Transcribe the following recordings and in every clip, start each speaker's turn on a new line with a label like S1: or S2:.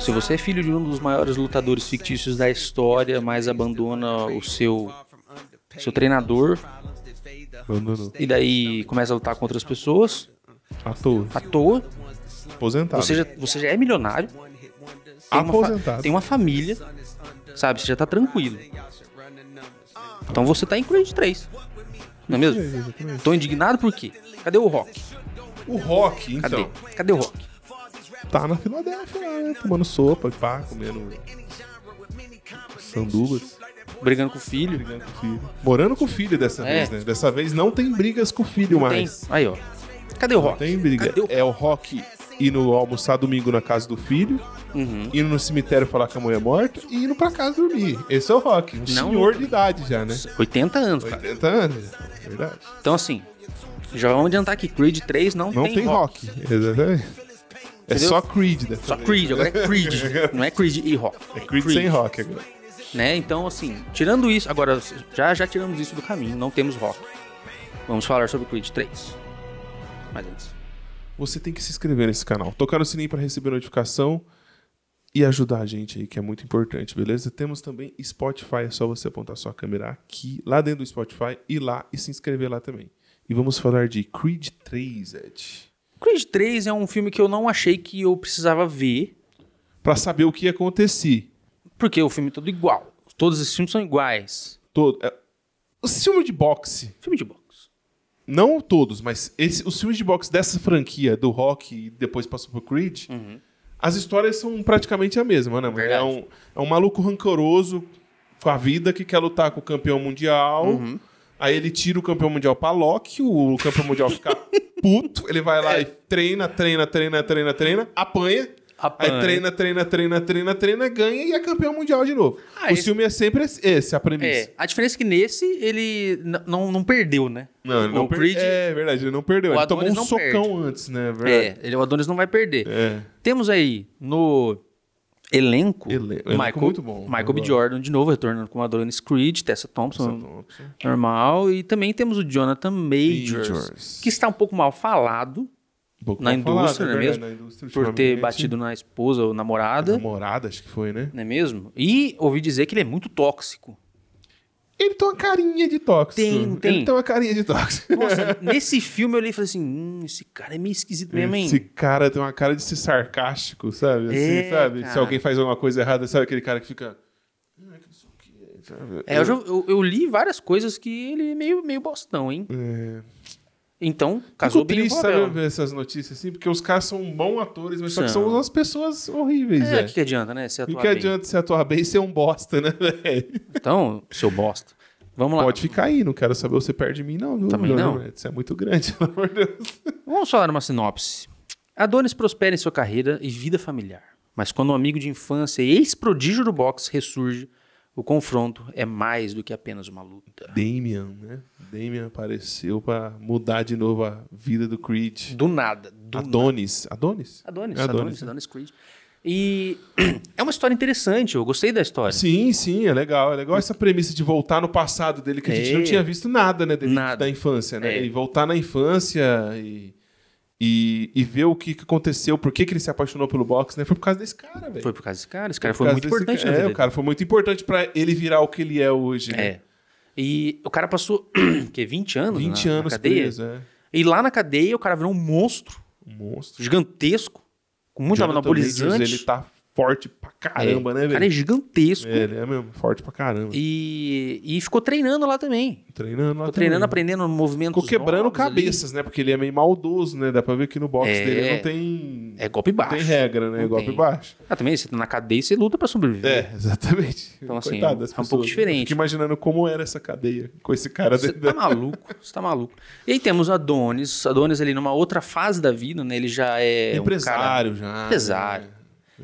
S1: Se você é filho de um dos maiores lutadores fictícios da história, mas abandona o seu, seu treinador
S2: Abandonou.
S1: e daí começa a lutar contra as pessoas
S2: À toa.
S1: à toa,
S2: Aposentado.
S1: você já, você já é milionário, tem uma, fa-
S2: Aposentado.
S1: tem uma família, sabe? Você já tá tranquilo. Então você tá em Creed 3. Não é mesmo? Tô indignado por quê? Cadê o Rock?
S2: O Rock,
S1: Cadê?
S2: então,
S1: Cadê o Rock?
S2: tá na Filadélfia lá, né? Tomando sopa, pá, comendo sandubas.
S1: Brigando com o filho?
S2: brigando com o filho. Morando com o filho dessa
S1: É.
S2: vez, né? Dessa vez não tem brigas com o filho
S1: Tem.
S2: mais.
S1: Aí, ó. Cadê o
S2: Não
S1: Rock?
S2: tem briga.
S1: Cadê o-
S2: É o Rock ir no almoçar domingo na casa do filho,
S1: Uhum.
S2: indo no cemitério falar que a mulher é morta e indo pra casa dormir. Esse é o Rock. Um senhor de idade já, né?
S1: 80 anos, cara.
S2: 80 anos. é Verdade.
S1: Então, assim, já vamos adiantar aqui. Creed 3 não,
S2: Não tem, rock. Exatamente. É
S1: Entendeu?
S2: só Creed dessa
S1: Só
S2: vez.
S1: Creed, agora é Creed. não é Creed e Rock.
S2: É Creed, sem rock agora.
S1: Né? Então, assim, tirando isso, agora já, já tiramos isso do caminho, não temos rock. Vamos falar sobre Creed 3. Mas antes.
S2: Você tem que se inscrever nesse canal, tocar no sininho pra receber notificação e ajudar a gente aí, que é muito importante, beleza? Temos também Spotify, é só você apontar sua câmera aqui, lá dentro do Spotify, e lá e se inscrever lá também. E vamos falar de Creed 3, Ed.
S1: Creed 3 é um filme que eu não achei que eu precisava ver,
S2: Pra saber o que ia acontecer.
S1: porque o filme é todo igual. Todos esses filmes são iguais.
S2: Todo, é, os filmes de boxe,
S1: Filme de boxe.
S2: não todos, mas esse- os filmes de boxe dessa franquia, do Rock e depois passou pro Creed, as histórias são praticamente a mesma, né? mano? É
S1: Uhum. Verdade.
S2: um, é um maluco rancoroso com a vida que quer lutar com o campeão mundial.
S1: Uhum.
S2: Aí ele tira o campeão mundial pra Loki, o campeão mundial fica puto. Ele vai
S1: É.
S2: lá e treina, treina, treina, treina, treina, apanha.
S1: Apanha.
S2: Aí treina, treina, treina, treina, treina, ganha e é campeão mundial de novo.
S1: Ah,
S2: o
S1: esse-
S2: filme é sempre esse- esse, a premissa.
S1: É, a diferença é que nesse ele n- não, não perdeu, né?
S2: Não, ele
S1: o
S2: não
S1: Creed,
S2: perdeu. É verdade, ele não perdeu.
S1: o
S2: Ele tomou um
S1: Adonis não
S2: socão
S1: perde.
S2: antes, né?
S1: é,
S2: Verdade.
S1: ele, o Adonis não vai perder.
S2: É.
S1: Temos aí no elenco,
S2: Ele- elenco
S1: Michael,
S2: muito bom.
S1: Michael B.
S2: Agora.
S1: Jordan de novo, retornando com a Adonis Creed, Tessa Thompson,
S2: um É.
S1: normal. E também temos o Jonathan Majors,
S2: Majors.
S1: que está um pouco mal falado
S2: Um pouco
S1: na
S2: mal falado,
S1: indústria, não é
S2: verdade,
S1: mesmo?
S2: na indústria,
S1: por ter
S2: ultimamente. Uhum.
S1: batido na esposa ou namorada,
S2: Namorada, acho que foi, né?
S1: não é mesmo? E ouvi dizer que ele é muito tóxico.
S2: Ele tem uma carinha de tóxico.
S1: Tem, tem.
S2: Ele tem uma carinha de tóxico.
S1: Nossa, nesse filme eu olhei e falei assim, hum, esse cara é meio esquisito mesmo, hein?
S2: Esse cara tem uma cara de ser sarcástico, sabe? Assim,
S1: É,
S2: sabe?
S1: cara.
S2: Se alguém faz alguma coisa errada, sabe aquele cara que fica. "Ah, que não sei o quê", sabe?
S1: É, eu, já- eu- eu li várias coisas que ele é meio, meio bostão, hein?
S2: É.
S1: Então, casou
S2: Fico
S1: bem
S2: triste,
S1: com o
S2: sabe,
S1: papel.
S2: ver essas notícias assim, porque os caras são bons atores, mas só que
S1: São.
S2: são umas pessoas horríveis,
S1: É, o
S2: velho.
S1: que, que adianta, né? Se
S2: E
S1: atuar
S2: que
S1: bem.
S2: adianta se atuar bem e ser um bosta, né, velho?
S1: Então, seu bosta. Vamos lá.
S2: Pode ficar aí, não quero saber você perde de mim, não. viu,
S1: Também
S2: Leonardo
S1: não.
S2: Neto? Isso é muito grande, pelo amor de Deus.
S1: Vamos falar uma sinopse. Adonis prospera em sua carreira e vida familiar. Mas quando um amigo de infância e ex-prodígio do boxe ressurge, o confronto é mais do que apenas uma luta.
S2: Damian, né? Damian apareceu pra mudar de novo a vida do Creed.
S1: Do nada. Do
S2: Adonis. Adonis?
S1: Adonis,
S2: É
S1: Adonis, Adonis, Creed. E é uma história interessante, eu gostei da história.
S2: Sim, sim, é legal. É legal essa premissa de voltar no passado dele, que a gente
S1: É.
S2: não tinha visto nada, né? dele-
S1: Nada.
S2: Da infância, né?
S1: É.
S2: E voltar na infância e, e, e ver o que, que aconteceu, por que, que ele se apaixonou pelo boxe, né? Foi por causa desse cara, velho.
S1: Foi por causa desse cara, esse cara
S2: Por
S1: foi
S2: causa
S1: muito
S2: desse
S1: importante
S2: ca-
S1: na
S2: É,
S1: vida
S2: o cara foi muito importante pra ele virar o que ele é hoje,
S1: dele.
S2: né?
S1: É. E o cara passou, que 20 anos
S2: 20
S1: na, na
S2: anos
S1: cadeia.
S2: preso, é.
S1: E lá na cadeia o cara virou um monstro.
S2: Um monstro.
S1: gigantesco, com muito
S2: Jonathan
S1: anabolizante.
S2: Majors, Ele tá forte pra caramba,
S1: É,
S2: né,
S1: O cara é
S2: velho?
S1: gigantesco.
S2: É, ele é mesmo, forte pra caramba.
S1: E, e ficou treinando lá também.
S2: Treinando lá
S1: Ficou treinando,
S2: Ah, também.
S1: aprendendo movimentos
S2: Ficou quebrando
S1: novos ali.
S2: cabeças, né? Porque ele é meio maldoso, né? Dá pra ver que no boxe
S1: É.
S2: dele não tem...
S1: É golpe
S2: Não
S1: baixo.
S2: tem regra, né?
S1: Não
S2: Golpe
S1: tem.
S2: baixo.
S1: Ah, também, você tá na cadeia e você luta pra sobreviver.
S2: É, exatamente.
S1: Então, assim,
S2: Coitado
S1: é um-
S2: das
S1: é um pouco
S2: pessoas, né?
S1: diferente.
S2: Eu Fico imaginando como era essa cadeia com esse cara
S1: Você
S2: dentro
S1: tá
S2: da-
S1: maluco, você tá maluco. E aí temos Adonis, Adonis ali numa outra fase da vida, né? Ele já é um cara...
S2: Empresário já.
S1: Empresário.
S2: né?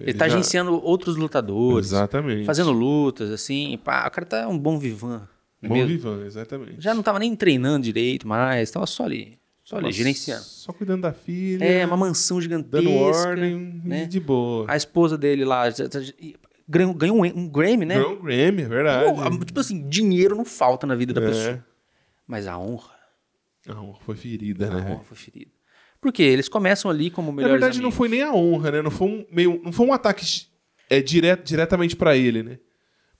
S1: Ele, tá
S2: já-
S1: agenciando outros lutadores.
S2: Exatamente.
S1: Fazendo lutas, assim. Pá, o cara tá um bom vivan. não é
S2: Bom
S1: mesmo?
S2: vivan, exatamente.
S1: Já não tava nem treinando direito mais, tava só ali. Só ali,
S2: Mas
S1: gerenciando.
S2: Só cuidando da filha.
S1: É, uma mansão gigantesca.
S2: Dando ordem e
S1: né?
S2: de boa.
S1: A esposa dele lá já- já- já- ganhou ganhou um, um Grammy, né?
S2: Grand Grammy, é verdade.
S1: Pô, a- tipo assim, dinheiro não falta na vida da pessoa.
S2: É.
S1: Mas a honra,
S2: A honra foi ferida,
S1: a
S2: né?
S1: honra foi ferida. Porque eles começam ali como
S2: Na
S1: melhores
S2: verdade, não
S1: amigos.
S2: foi nem a honra, né? Não foi um, meio, não foi um ataque é dire- diretamente pra ele, né?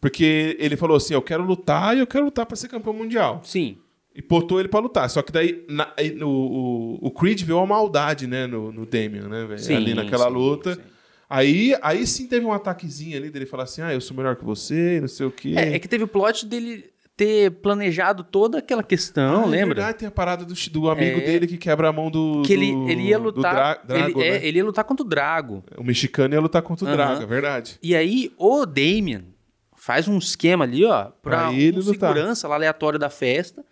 S2: Porque ele falou assim: eu quero lutar e eu quero lutar pra ser campeão mundial.
S1: Sim.
S2: E botou ele pra lutar. Só que daí na- aí no- o, o Creed viu a maldade, né, no, no Damien, né, velho?
S1: Sim,
S2: Ali naquela
S1: sim,
S2: luta.
S1: sim.
S2: Aí, aí sim teve um ataquezinho ali dele falar assim: ah, eu sou melhor que você, não sei o quê.
S1: É, é que teve o plot dele ter planejado toda aquela questão,
S2: Ah, é
S1: lembra?
S2: verdade, tem a parada do, chi- do amigo
S1: É.
S2: dele que quebra a mão do.
S1: Que ele,
S2: do-
S1: ele ia
S2: do
S1: lutar.
S2: Dra- Drago,
S1: ele, é,
S2: né?
S1: ele ia lutar contra o Drago.
S2: O mexicano ia lutar contra o
S1: Aham.
S2: Drago, é verdade.
S1: E aí o Damien faz um esquema ali, ó, pra
S2: Pra ele
S1: um
S2: lutar.
S1: segurança lá aleatório da festa.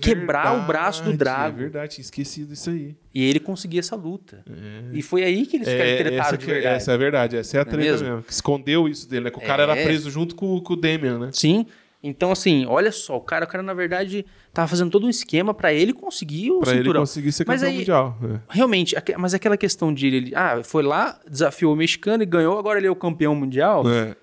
S1: Quebrar o braço do Drago.
S2: É verdade, tinha esquecido isso aí.
S1: E ele conseguia essa luta. E foi aí que eles ficaram
S2: É. essa,
S1: tretados de
S2: que-
S1: verdade.
S2: essa é a verdade, essa é a
S1: Não é
S2: treta
S1: mesmo?
S2: mesmo. que Escondeu isso dele, né? Que o cara era
S1: É.
S2: preso junto com, com o Damian, né?
S1: Sim. Então, assim, olha só, o cara, o cara, na verdade, tava fazendo todo um esquema pra ele conseguir o
S2: Pra ele
S1: cinturão.
S2: conseguir ser
S1: Mas
S2: campeão
S1: aí-
S2: mundial. é.
S1: Realmente, aque- mas aquela questão de ele, ah, foi lá, desafiou o mexicano e ganhou, agora ele é o campeão mundial.
S2: É.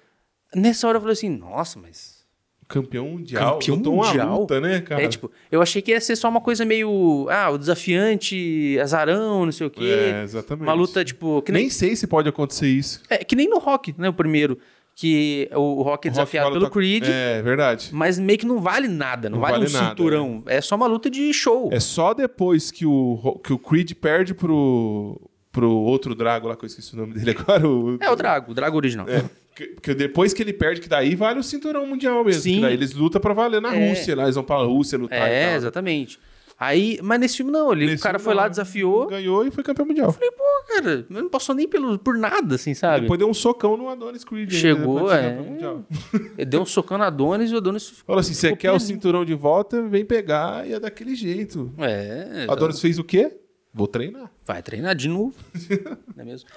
S1: Nessa hora eu falei assim, nossa, mas.
S2: Campeão mundial.
S1: Campeão
S2: lutou uma
S1: mundial?
S2: luta, né, cara?
S1: É tipo, eu achei que ia ser só uma coisa meio. Ah, o desafiante, azarão, não sei o
S2: É,
S1: quê.
S2: exatamente.
S1: uma luta, tipo. Que nem,
S2: Nem sei se pode acontecer isso.
S1: é, que nem no rock, né? O primeiro. Que o, o rock é
S2: O Rock
S1: desafiado
S2: fala
S1: pelo
S2: tá-
S1: Creed.
S2: É, verdade.
S1: Mas meio que não vale nada, não,
S2: Não
S1: vale, um
S2: vale nada,
S1: cinturão. É só uma luta de show.
S2: É só depois que o, Ro- que o Creed perde pro, pro outro Drago lá, que eu esqueci o nome dele agora. O,
S1: É, o Drago, o Drago original.
S2: que, que depois que ele perde, que daí vale o cinturão mundial mesmo.
S1: Sim.
S2: Que daí eles lutam pra valer na
S1: É.
S2: Rússia, lá eles vão pra Rússia lutar. e
S1: É,
S2: tal.
S1: exatamente. Aí, mas nesse filme não, ele, o
S2: Nesse
S1: cara
S2: filme
S1: foi lá,
S2: não.
S1: desafiou.
S2: Ganhou e foi campeão mundial.
S1: Pô, cara, não passou nem pelo, por nada, assim, sabe?
S2: Depois deu um socão no Adonis Creed. ainda,
S1: Chegou,
S2: depois de ser
S1: é.
S2: campeão mundial.
S1: Ele deu um socão na Adonis e o Adonis ficou.
S2: Falou assim: você
S1: Ficou
S2: quer o
S1: preso.
S2: cinturão de volta? Vem pegar e é daquele jeito.
S1: É,
S2: O Adonis fez o quê? Vou treinar.
S1: vai treinar de novo. não é mesmo?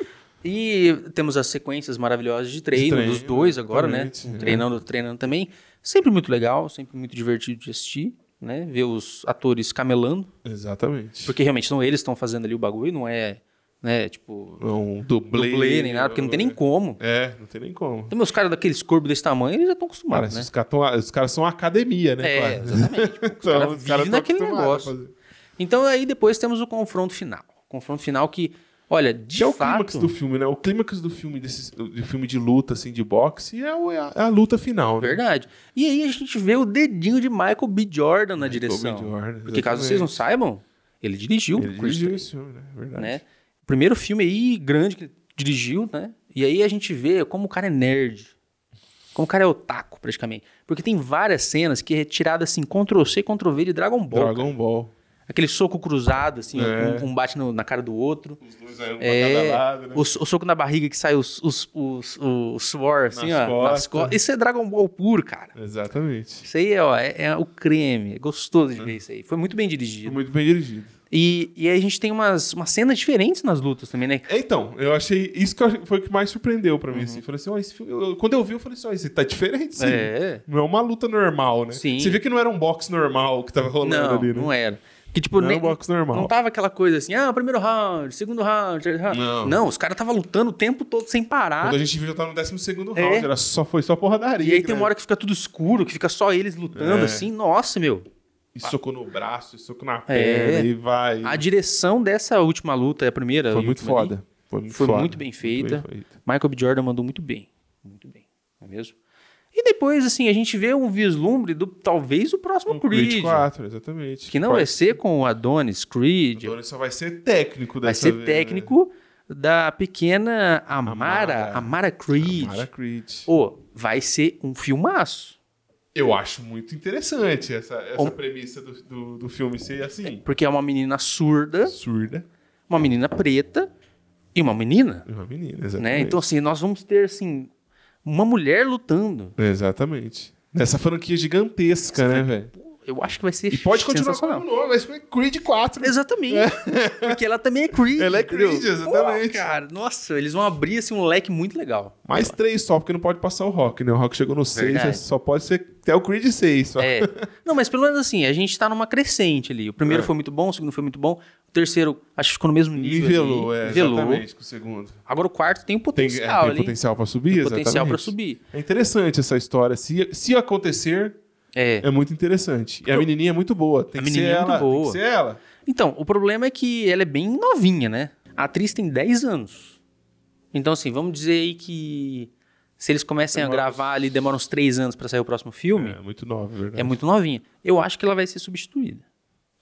S1: E temos as sequências maravilhosas de treino,
S2: Treino,
S1: dos dois agora, né?
S2: exatamente, é.
S1: Treinando, treinando também. Sempre muito legal, sempre muito divertido de assistir, né? Ver os atores camelando.
S2: Exatamente.
S1: Porque realmente são eles que estão fazendo ali o bagulho, não é, né, tipo,
S2: É um dublê.
S1: dublê nem nada, porque não tem nem como.
S2: É, não tem nem como.
S1: Então, meus caras daqueles corpos desse tamanho, eles já estão
S2: Cara,
S1: acostumados, né?
S2: esses caras tão- os caras são academia, né?
S1: É,
S2: quase?
S1: exatamente. Tipo, os caras
S2: os caras
S1: vivem
S2: tão
S1: naquele
S2: acostumados a
S1: negócio.
S2: fazer.
S1: Então aí depois temos o confronto final. Confronto final que, olha, de
S2: Que é o clímax
S1: fato...
S2: do filme, né? O clímax do filme, desses, de filme de luta, assim, de boxe, é o- é a, é a luta final, né?
S1: Verdade. E aí a gente vê o dedinho de Michael B. Jordan na direção.
S2: B. Jordan,
S1: Porque caso vocês não saibam, ele dirigiu.
S2: Ele
S1: o Creed
S2: dirigiu esse filme, né? Verdade.
S1: né? O Primeiro filme aí grande que ele dirigiu, né? E aí a gente vê como o cara é nerd. Como o cara é otaku, praticamente. Porque tem várias cenas que é tirada assim, Ctrl-C, Ctrl-V de Dragon Ball.
S2: Dragon Ball.
S1: cara. Aquele soco cruzado, assim,
S2: É.
S1: um, um bate no- na cara do outro.
S2: Os dois aí, um
S1: É, o, so- o soco na barriga que sai os, os, os, o suor, assim,
S2: Nas
S1: ó. nas
S2: costas.
S1: costas. Isso é Dragon Ball puro, cara.
S2: Exatamente.
S1: Isso aí é, ó, é, é o creme. É gostoso de
S2: Uhum.
S1: ver isso aí. Foi muito bem dirigido.
S2: Muito bem dirigido.
S1: E, e aí a gente tem umas, umas cenas diferentes nas lutas também, né?
S2: Então, eu achei... Isso que eu achei- foi o que mais surpreendeu pra mim,
S1: Uhum.
S2: assim. Falei assim, ó, esse filme... eu- quando eu vi, eu falei assim, ó, esse tá diferente, sim.
S1: É.
S2: Não é uma luta normal, né?
S1: Sim.
S2: Você vê que não era um boxe normal que tava rolando
S1: Não,
S2: ali, né?
S1: não era. Porque, tipo,
S2: Não
S1: nem,
S2: era um box normal.
S1: não tava aquela coisa assim, ah, primeiro round, segundo round, terceiro round.
S2: Não.
S1: os caras tava lutando o tempo todo sem parar.
S2: Quando a gente viu, já tava no 12 segundo
S1: É.
S2: round. Era só, foi só porradaria.
S1: E aí
S2: né?
S1: tem uma hora que fica tudo escuro, que fica só eles lutando,
S2: É.
S1: assim. Nossa, meu.
S2: E soco no braço, e soco
S1: É.
S2: na perna, e vai.
S1: A direção dessa última luta, a primeira.
S2: Foi
S1: e
S2: muito
S1: última ali,
S2: foda. Foi muito
S1: foi
S2: foda.
S1: muito bem feita.
S2: bem feita.
S1: Michael B. Jordan mandou muito bem. Muito bem. Não é mesmo? E depois, assim, a gente vê um vislumbre do talvez o próximo
S2: O
S1: Creed.
S2: Um Creed 4, exatamente.
S1: Que não é vai ser com o Adonis Creed,
S2: O Dono só vai ser técnico dessa
S1: Vai ser
S2: vez, né?
S1: técnico da pequena Amara,
S2: né? Amara.
S1: Amara Creed.
S2: Mara Creed.
S1: Ô, vai ser um filmaço.
S2: Eu acho muito interessante essa, essa
S1: Ou-
S2: premissa do, do, do filme ser assim.
S1: Porque é uma menina surda,
S2: Surda.
S1: uma menina preta e uma menina,
S2: E uma menina, exatamente.
S1: né? Então, assim, nós vamos ter, assim, uma mulher lutando.
S2: Exatamente. Nessa franquia gigantesca, né, velho?
S1: Pô, Eu acho que vai ser
S2: E pode continuar com o
S1: sensacional.
S2: nome, mas foi Creed 4.
S1: Exatamente. Porque ela também é Creed.
S2: Ela é
S1: entendeu?
S2: Creed,
S1: Pô,
S2: exatamente.
S1: cara, nossa, eles vão abrir, assim, um leque muito legal.
S2: Mais três só, porque não pode passar o Rock, né? O Rock chegou no 6,
S1: Verdade.
S2: só pode ser até o Creed 6. Só.
S1: É. Não, mas pelo menos assim, a gente tá numa crescente ali. O primeiro
S2: É.
S1: foi muito bom, o segundo foi muito bom. O terceiro, acho que ficou no mesmo nível.
S2: Nivelou,
S1: ali.
S2: é,
S1: Nivelou.
S2: exatamente, com o segundo. é,
S1: Agora o quarto tem um
S2: Tem, é,
S1: potencial
S2: tem
S1: ali.
S2: potencial pra subir, exatamente.
S1: potencial pra subir.
S2: É interessante essa história. Se, se acontecer,
S1: É.
S2: é muito interessante. E a menininha é muito boa. Tem
S1: A
S2: que ser
S1: menininha é muito
S2: ela.
S1: boa.
S2: Tem que ser ela.
S1: Então, o problema é que ela é bem novinha, né? A atriz tem 10 anos. Então, assim, vamos dizer aí que Se eles comecem a
S2: Demora-
S1: gravar ali, demora uns três anos pra sair o próximo filme,
S2: É muito nova, é verdade.
S1: é muito novinha. Eu acho que ela vai ser substituída.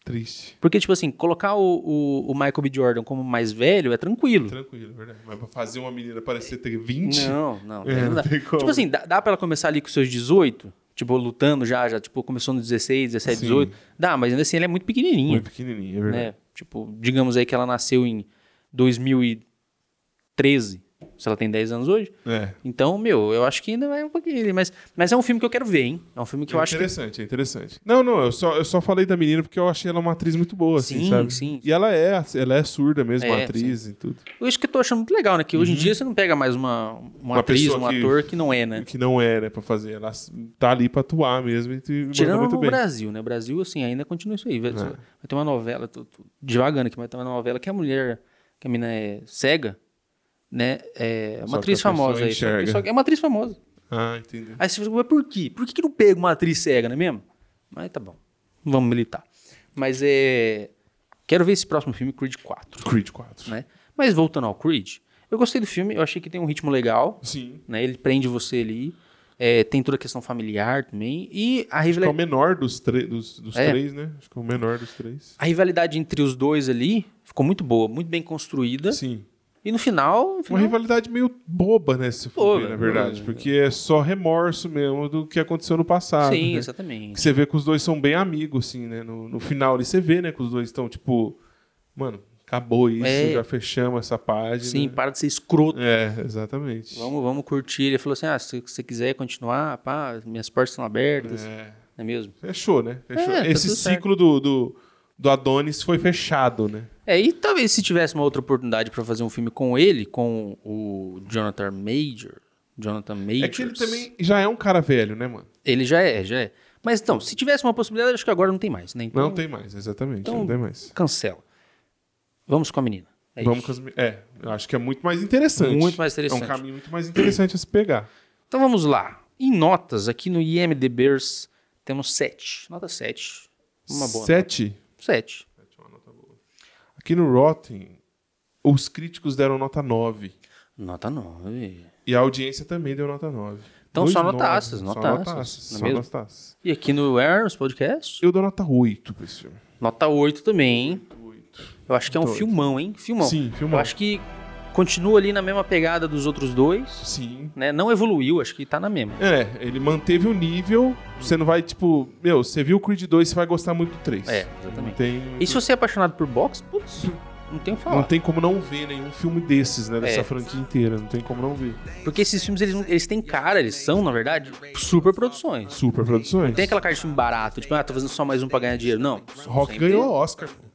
S2: triste.
S1: Porque, tipo assim, colocar o, o- o Michael B. Jordan como mais velho é tranquilo.
S2: Tranquilo, é verdade. Mas pra fazer uma menina parecer ter 20,
S1: Não, não.
S2: É,
S1: não
S2: não
S1: dá.
S2: tem como.
S1: Tipo assim, dá, dá pra ela começar ali com seus 18, tipo, lutando já, já, tipo, começou no 16, 17,
S2: Sim.
S1: 18. Dá, mas ainda assim ela é muito pequenininha,
S2: muito pequenininha, é verdade.
S1: né? Tipo, digamos aí que ela nasceu em 2013, se ela tem 10 anos hoje.
S2: É.
S1: Então, meu, eu acho que ainda vai um pouquinho, mas, mas é um filme que eu quero ver, hein? É um filme que eu
S2: é
S1: acho que...
S2: interessante, é interessante. Não, não, eu só, eu só falei da menina porque eu achei ela uma atriz muito boa, assim,
S1: Sim,
S2: sabe?
S1: sim.
S2: E ela é, ela é surda mesmo,
S1: É,
S2: atriz e tudo.
S1: Eu acho que eu tô achando muito legal, né? Que hoje em dia você não pega mais uma, uma, atriz,
S2: Uhum. pessoa
S1: um
S2: que-
S1: ator que não é, né?
S2: Que não é, né, pra fazer. Ela tá ali pra atuar mesmo e te manda
S1: Tirando
S2: muito
S1: o
S2: bem. É.
S1: Brasil, né? O Brasil, assim, ainda continua isso aí. Vai, vai ter uma novela, tô, tô devagando aqui, mas tem uma novela que é a mulher, que a mina é cega, né? É
S2: Só que
S1: uma atriz
S2: a pessoa
S1: famosa aí.
S2: enxerga.
S1: Só que- É uma atriz famosa.
S2: Ah, entendi.
S1: Aí você fica, mas por quê? Por que, que não pega uma atriz cega, não é mesmo? Mas tá bom, não vamos militar. Mas é... Quero ver esse próximo filme, Creed 4,
S2: Creed 4.
S1: né? Mas voltando ao Creed, eu gostei do filme, eu achei que tem um ritmo legal,
S2: Sim.
S1: né? Ele prende você ali. É, tem toda a questão familiar também. E a
S2: Acho que é
S1: rivalidade
S2: o menor dos, tre- dos, dos
S1: É.
S2: três, né? Acho que é o menor dos três.
S1: A rivalidade entre os dois ali ficou muito boa, muito bem construída.
S2: Sim.
S1: E no final, no
S2: Uma
S1: final,
S2: rivalidade meio boba, né? Se for ver,
S1: Boba,
S2: na verdade.
S1: boba.
S2: Porque é só remorso mesmo do que aconteceu no passado.
S1: sim,
S2: né? Que
S1: exatamente.
S2: você vê que os dois são bem amigos, assim, né? No, no final ali você vê, né? Que os dois estão, tipo, mano, acabou isso,
S1: É.
S2: já fechamos essa página.
S1: Sim, para de ser escroto.
S2: É, exatamente.
S1: Vamos, vamos curtir. Ele falou assim: ah, se você quiser continuar, pá, minhas portas estão abertas. Não
S2: É.
S1: é mesmo?
S2: Fechou, né? Fechou.
S1: É, tá
S2: Esse
S1: tudo certo.
S2: ciclo do, do, do Adonis foi fechado, né?
S1: É, e talvez se tivesse uma outra oportunidade pra fazer um filme com ele, com o Jonathan Major. Jonathan Majors.
S2: É que ele também já é um cara velho, né, mano?
S1: Ele já é, já é. Mas então, se tivesse uma possibilidade, acho que agora não tem mais, né? Então,
S2: Não tem mais, exatamente. não
S1: então-
S2: tem mais.
S1: cancela. Vamos com a menina. É
S2: Vamos
S1: isso.
S2: com as... mi- É, eu acho que é muito mais interessante.
S1: Muito mais interessante.
S2: É um caminho muito mais interessante a se pegar.
S1: Então vamos lá. Em notas, aqui no IMDBers temos 7. Nota 7. Uma boa.
S2: Sete.
S1: 7.
S2: Aqui no Rotten, os críticos deram nota 9.
S1: Nota 9.
S2: E a audiência também deu nota 9.
S1: Então,
S2: Dois
S1: só
S2: nove,
S1: notaças,
S2: só
S1: notaças, não é
S2: só
S1: mesmo?
S2: notaças.
S1: E aqui no Airns Podcast,
S2: Eu dou nota 8 pra esse filme.
S1: nota 8 também. hein?
S2: 8.
S1: Eu acho que é um
S2: Nota oito.
S1: filmão, hein? Filmão.
S2: Sim, filmão.
S1: Eu acho que continua ali na mesma pegada dos outros dois.
S2: Sim.
S1: Né? Não evoluiu, acho que tá na mesma.
S2: É, ele manteve o nível. Você não vai, tipo, meu, você viu o Creed 2, você vai gostar muito do 3.
S1: É, exatamente.
S2: Não tem,
S1: E se você é apaixonado por boxe, putz, não tem o que falar.
S2: não tem como não ver nenhum filme desses, né? Dessa
S1: É.
S2: franquia inteira. Não tem como não ver.
S1: Porque esses filmes, eles, eles têm cara, eles são, na verdade, super produções.
S2: Super produções.
S1: Tem aquela cara de filme barato, tipo, ah, tô fazendo só mais um pra ganhar dinheiro. Não. É,
S2: Rock
S1: Sempre-
S2: ganhou Oscar. pô.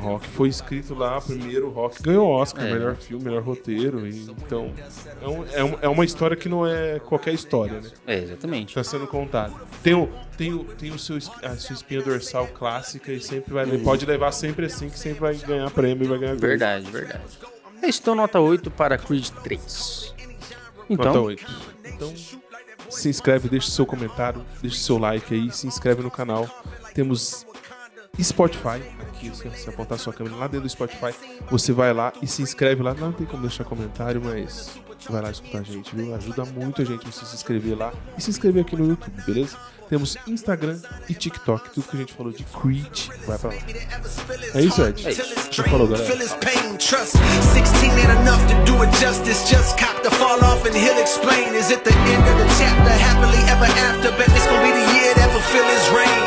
S2: Rock foi escrito lá primeiro, Rock ganhou Oscar, melhor filme, melhor roteiro. e- então, é, um- é um- é uma história que não é qualquer história, né?
S1: É, exatamente.
S2: Está sendo contada. Tem, o, tem, o, tem o seu, es- a sua espinha dorsal clássica e sempre vai. Pode levar sempre assim, que sempre vai ganhar prêmio e vai ganhar Verdade.
S1: Verdade, verdade. É isso, então nota 8 para Creed 3. Então,
S2: Nota 8. Então, se inscreve, deixa o seu comentário, deixa o seu like aí, se inscreve no canal. Temos Spotify. Aqui, se você apontar sua câmera lá dentro do Spotify, você vai lá e se inscreve lá. Não tem como deixar comentário, mas vai lá escutar a gente, viu? Ajuda muito a gente você se inscrever lá e se inscrever aqui no YouTube, beleza? Temos Instagram e TikTok. Tudo que a gente falou de Creed vai pra lá.
S3: É isso, Ed.
S1: É
S2: isso. Falou, galera.
S3: Feel his pain, trust. 16 ain't enough to do it justice. Just cop the fall off and he'll explain. Is it the end of the chapter? Happily ever after. Bet this gonna be the year that fulfill his reign.